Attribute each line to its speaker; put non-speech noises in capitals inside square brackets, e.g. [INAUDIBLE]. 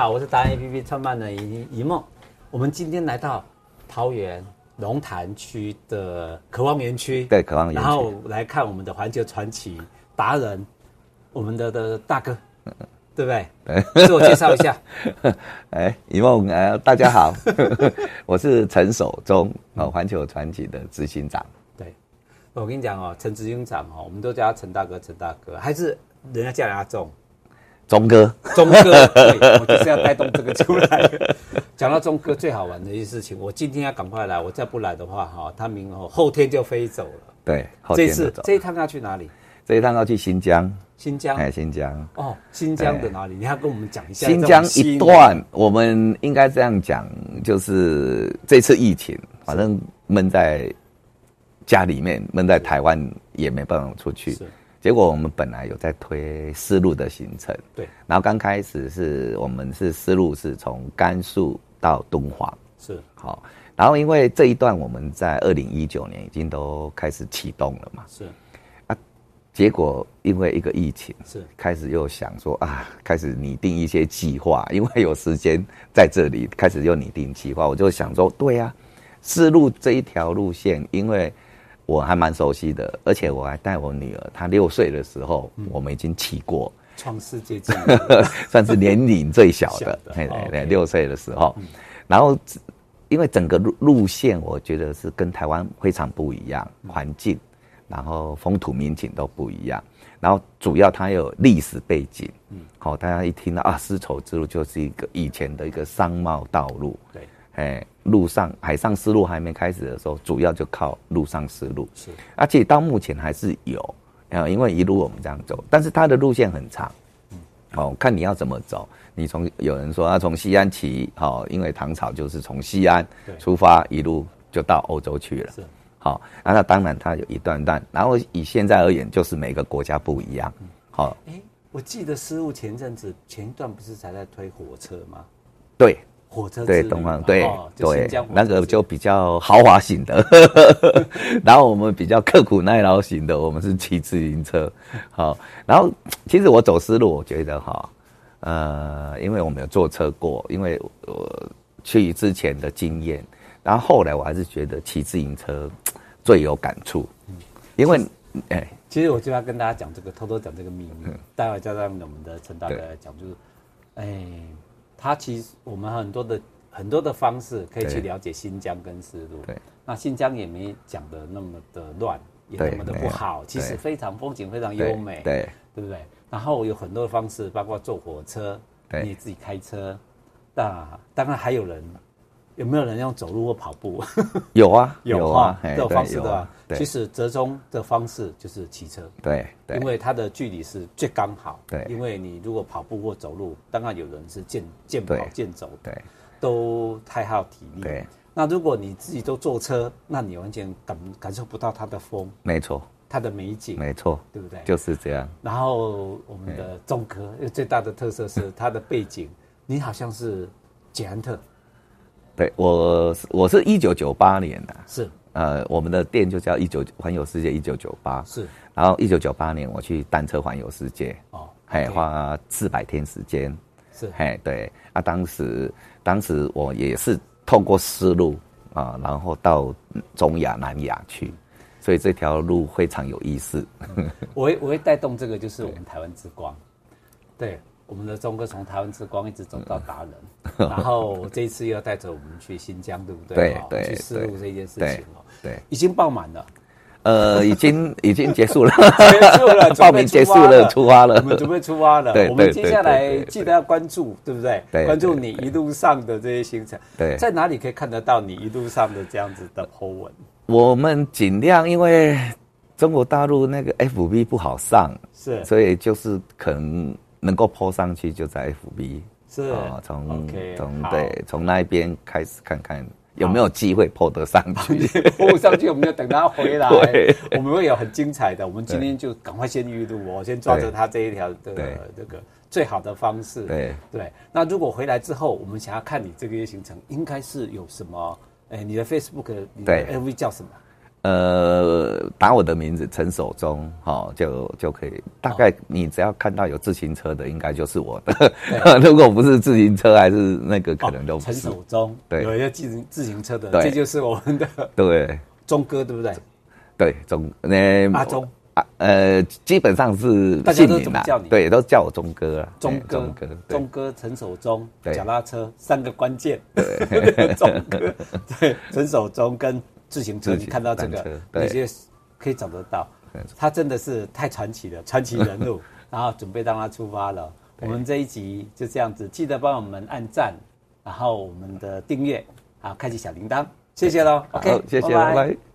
Speaker 1: 好，我是达人 APP 创办人一一梦。我们今天来到桃园龙潭区的渴望园区，
Speaker 2: 对渴望园区
Speaker 1: 然后来看我们的环球传奇达人，我们的的大哥，
Speaker 2: 嗯
Speaker 1: 对不对？自我介绍一下，
Speaker 2: 哎，一梦，哎，大家
Speaker 1: [LAUGHS]
Speaker 2: 好，我是陈守忠，哦，环球传奇的执行长。
Speaker 1: 对，我跟你讲哦，陈执行长哦，我们都叫他陈大哥，陈大哥，还是人家叫他阿忠。
Speaker 2: 忠哥，
Speaker 1: 钟
Speaker 2: [LAUGHS]
Speaker 1: 哥，对我就是要带动这个出来。讲到钟哥最好玩的一件事情，我今天要赶快来，我再不来的话，哈，他明后后天就飞走了。
Speaker 2: 对，后
Speaker 1: 这一
Speaker 2: 天就
Speaker 1: 次
Speaker 2: 走。
Speaker 1: 这一趟要去哪里？
Speaker 2: 这一趟要去新疆，
Speaker 1: 新疆
Speaker 2: 哎，新疆，
Speaker 1: 哦，新疆的哪里？你要跟我们讲一下。
Speaker 2: 新疆一段，我们应该这样讲，就是这次疫情，反正闷在家里面，闷在台湾也没办法出去
Speaker 1: 是。
Speaker 2: 结果我们本来有在推丝路的行程，
Speaker 1: 对，
Speaker 2: 然后刚开始是我们是丝路是从甘肃到敦煌，
Speaker 1: 是
Speaker 2: 好，然后因为这一段我们在二零一九年已经都开始启动了嘛，
Speaker 1: 是
Speaker 2: 结果因为一个疫情，
Speaker 1: 是
Speaker 2: 开始又想说啊，开始拟定一些计划， [LAUGHS] 因为有时间在这里，开始又拟定计划，我就想说，对呀、丝路这一条路线，因为我还蛮熟悉的，而且我还带我女儿，她六岁的时候，我们已经骑过，
Speaker 1: 创世界
Speaker 2: [LAUGHS]
Speaker 1: 纪录，
Speaker 2: 算是年龄最小
Speaker 1: 小
Speaker 2: 的
Speaker 1: 的，
Speaker 2: 嘿
Speaker 1: 哦
Speaker 2: 对
Speaker 1: ，OK 嗯
Speaker 2: 对，六岁的时候，然后因为整个路路线，我觉得是跟台湾非常不一样，
Speaker 1: 嗯
Speaker 2: 环境，然后风土民情都不一样，然后主要它有历史背景，嗯，好，大家一听到啊，丝绸之路就是一个以前的一个商贸道路，
Speaker 1: 对，
Speaker 2: 哎，陆上海上丝路还没开始的时候，主要就靠陆上丝路，
Speaker 1: 是
Speaker 2: 而且啊到目前还是有，啊，因为一路我们这样走，但是它的路线很长，哦，看你要怎么走。你从有人说要啊从西安起，好、因为唐朝就是从西安
Speaker 1: 对
Speaker 2: 出发，一路就到欧洲去了。
Speaker 1: 是
Speaker 2: 好、啊那那当然它有一段段，然后以现在而言，就是每个国家不一样。好、
Speaker 1: 哎，我记得师傅前阵子前一段不是才在推火车吗？
Speaker 2: 对
Speaker 1: 火车之
Speaker 2: 对，
Speaker 1: 旅
Speaker 2: 东
Speaker 1: 嘛
Speaker 2: 方对
Speaker 1: 哦就
Speaker 2: 对
Speaker 1: 新疆火，车
Speaker 2: 那个
Speaker 1: 之
Speaker 2: 就
Speaker 1: 旅
Speaker 2: 比较豪华型的， [LAUGHS] 然后我们比较刻苦耐劳型的，我们是骑自行车。好，然后其实我走丝路，我觉得哈，呃，因为我没有坐车过，因为我去之前的经验，然后后来我还是觉得骑自行车最有感触，因为哎，
Speaker 1: 其实我就要跟大家讲这个，偷偷讲这个秘密，
Speaker 2: 嗯
Speaker 1: 待会叫他们我们的陈大哥来讲，就是，哎，他其实我们很多的很多的方式可以去
Speaker 2: 对
Speaker 1: 了解新疆跟丝路，
Speaker 2: 对，
Speaker 1: 那新疆也没讲的那么的乱，也
Speaker 2: 对
Speaker 1: 那么的
Speaker 2: 没
Speaker 1: 不
Speaker 2: 有
Speaker 1: 好，其实
Speaker 2: 对
Speaker 1: 非常风景非常优
Speaker 2: 对
Speaker 1: 美，
Speaker 2: 对
Speaker 1: 对不对？然后有很多的方式，包括坐火车，
Speaker 2: 对
Speaker 1: 你自己开车，那当然还有人，有没有人用走路或跑步？
Speaker 2: 有啊
Speaker 1: 啊，
Speaker 2: 哎
Speaker 1: 这种
Speaker 2: 对
Speaker 1: 方式
Speaker 2: 有
Speaker 1: 的啊。
Speaker 2: 对
Speaker 1: 其实折中的方式就是骑车，
Speaker 2: 对对，
Speaker 1: 因为它的距离是最刚好。
Speaker 2: 对
Speaker 1: 因为你如果跑步或走路，当然有人是健健跑
Speaker 2: 对
Speaker 1: 健走，
Speaker 2: 对
Speaker 1: 都太耗体力。
Speaker 2: 对，
Speaker 1: 那如果你自己都坐车，那你完全感感受不到它的风、
Speaker 2: 没错
Speaker 1: 它的美景，
Speaker 2: 没错，
Speaker 1: 对不对？
Speaker 2: 就是这样。
Speaker 1: 然后我们的中科最大的特色是它的背景，你好像是捷安特，
Speaker 2: 对我是，我是一九九八年的、
Speaker 1: 是
Speaker 2: 呃，我们的店就叫一九环游世界一九九八，
Speaker 1: 是
Speaker 2: 然后一九九八年我去单车环游世界，
Speaker 1: 哦，
Speaker 2: 嘿，
Speaker 1: OK，
Speaker 2: 哎花四百天时间，
Speaker 1: 是
Speaker 2: 嘿，对，啊，当时当时我也是透过丝路啊，然后到中亚、南亚去，所以这条路非常有意思，
Speaker 1: 我会我会带动这个，就是我们台湾之光，对，我们的钟哥从台湾之光一直走到达人，然后这一次又要带着我们去新疆，对不对？
Speaker 2: 对
Speaker 1: 哦
Speaker 2: 对
Speaker 1: 去丝路这件事情哦，
Speaker 2: 对，
Speaker 1: 已经爆满
Speaker 2: [LAUGHS]
Speaker 1: 了，
Speaker 2: 呃，已经已经结 [LAUGHS] 束了，
Speaker 1: 结束了，
Speaker 2: [LAUGHS] 报名结束了，
Speaker 1: 准备
Speaker 2: 出发
Speaker 1: 发
Speaker 2: 了
Speaker 1: 我，们准备出发了，
Speaker 2: 对
Speaker 1: 我们
Speaker 2: 对
Speaker 1: 接
Speaker 2: 对
Speaker 1: 下
Speaker 2: 对
Speaker 1: 来
Speaker 2: 对
Speaker 1: 记得要关注，对不对？
Speaker 2: 对
Speaker 1: 关注
Speaker 2: 对
Speaker 1: 你
Speaker 2: 对
Speaker 1: 一路上的这些行程，
Speaker 2: 对
Speaker 1: 在哪里可以看得到你一路上的这样子的 po 文？
Speaker 2: 我们尽量因为中国大陆那个 FB 不好上，
Speaker 1: 是
Speaker 2: 所以就是可能能够抛上去就在 FB
Speaker 1: 是
Speaker 2: 啊，从
Speaker 1: OK，
Speaker 2: 从
Speaker 1: 好
Speaker 2: 对从那边开始看看有没有机会抛得上去。
Speaker 1: 播上去，我们就等他回来
Speaker 2: 对。
Speaker 1: 我们会有很精彩的。我们今天就赶快先预录哦，先抓着他这一条这个
Speaker 2: 对
Speaker 1: 这个最好的方式。
Speaker 2: [LAUGHS] 对
Speaker 1: 对。那如果回来之后，我们想要看你这个月行程，应该是有什么？哎，你的 Facebook，你的
Speaker 2: 对
Speaker 1: MV 叫什么？
Speaker 2: 呃，打我的名字陈守忠，好、就就可以。大概你只要看到有自行车的，应该就是我的。 [LAUGHS] 如果不是自行车，还是那个，可能都不
Speaker 1: 哦陈
Speaker 2: 是。
Speaker 1: 守忠，
Speaker 2: 对
Speaker 1: 有一个自行自行车的，
Speaker 2: 对
Speaker 1: 这就是我们的
Speaker 2: 对
Speaker 1: 忠哥，对不对？
Speaker 2: 对，忠那、
Speaker 1: 阿忠，
Speaker 2: 啊呃，基本上是
Speaker 1: 大家
Speaker 2: 姓
Speaker 1: 都
Speaker 2: 名
Speaker 1: 怎么
Speaker 2: 啦
Speaker 1: 叫你，
Speaker 2: 对，都叫我忠哥啦。
Speaker 1: 忠
Speaker 2: 哎
Speaker 1: 哥
Speaker 2: 忠哥，，对
Speaker 1: 忠哥，陈守忠，
Speaker 2: 对
Speaker 1: 脚踏车三个关键， [LAUGHS] 忠哥，对，陈守忠跟自行车，
Speaker 2: 自
Speaker 1: 你
Speaker 2: 行
Speaker 1: 看到这
Speaker 2: 单车
Speaker 1: 个，
Speaker 2: 对
Speaker 1: 你就可以找得到，他真的是太传奇了，传奇人
Speaker 2: [LAUGHS]
Speaker 1: 物，然后准备让他出发了。我们这一集就这样子，记得帮我们按赞，然后我们的订阅啊，开启小铃铛，谢谢喽。
Speaker 2: 好
Speaker 1: OK，
Speaker 2: 谢谢，
Speaker 1: 拜
Speaker 2: 拜拜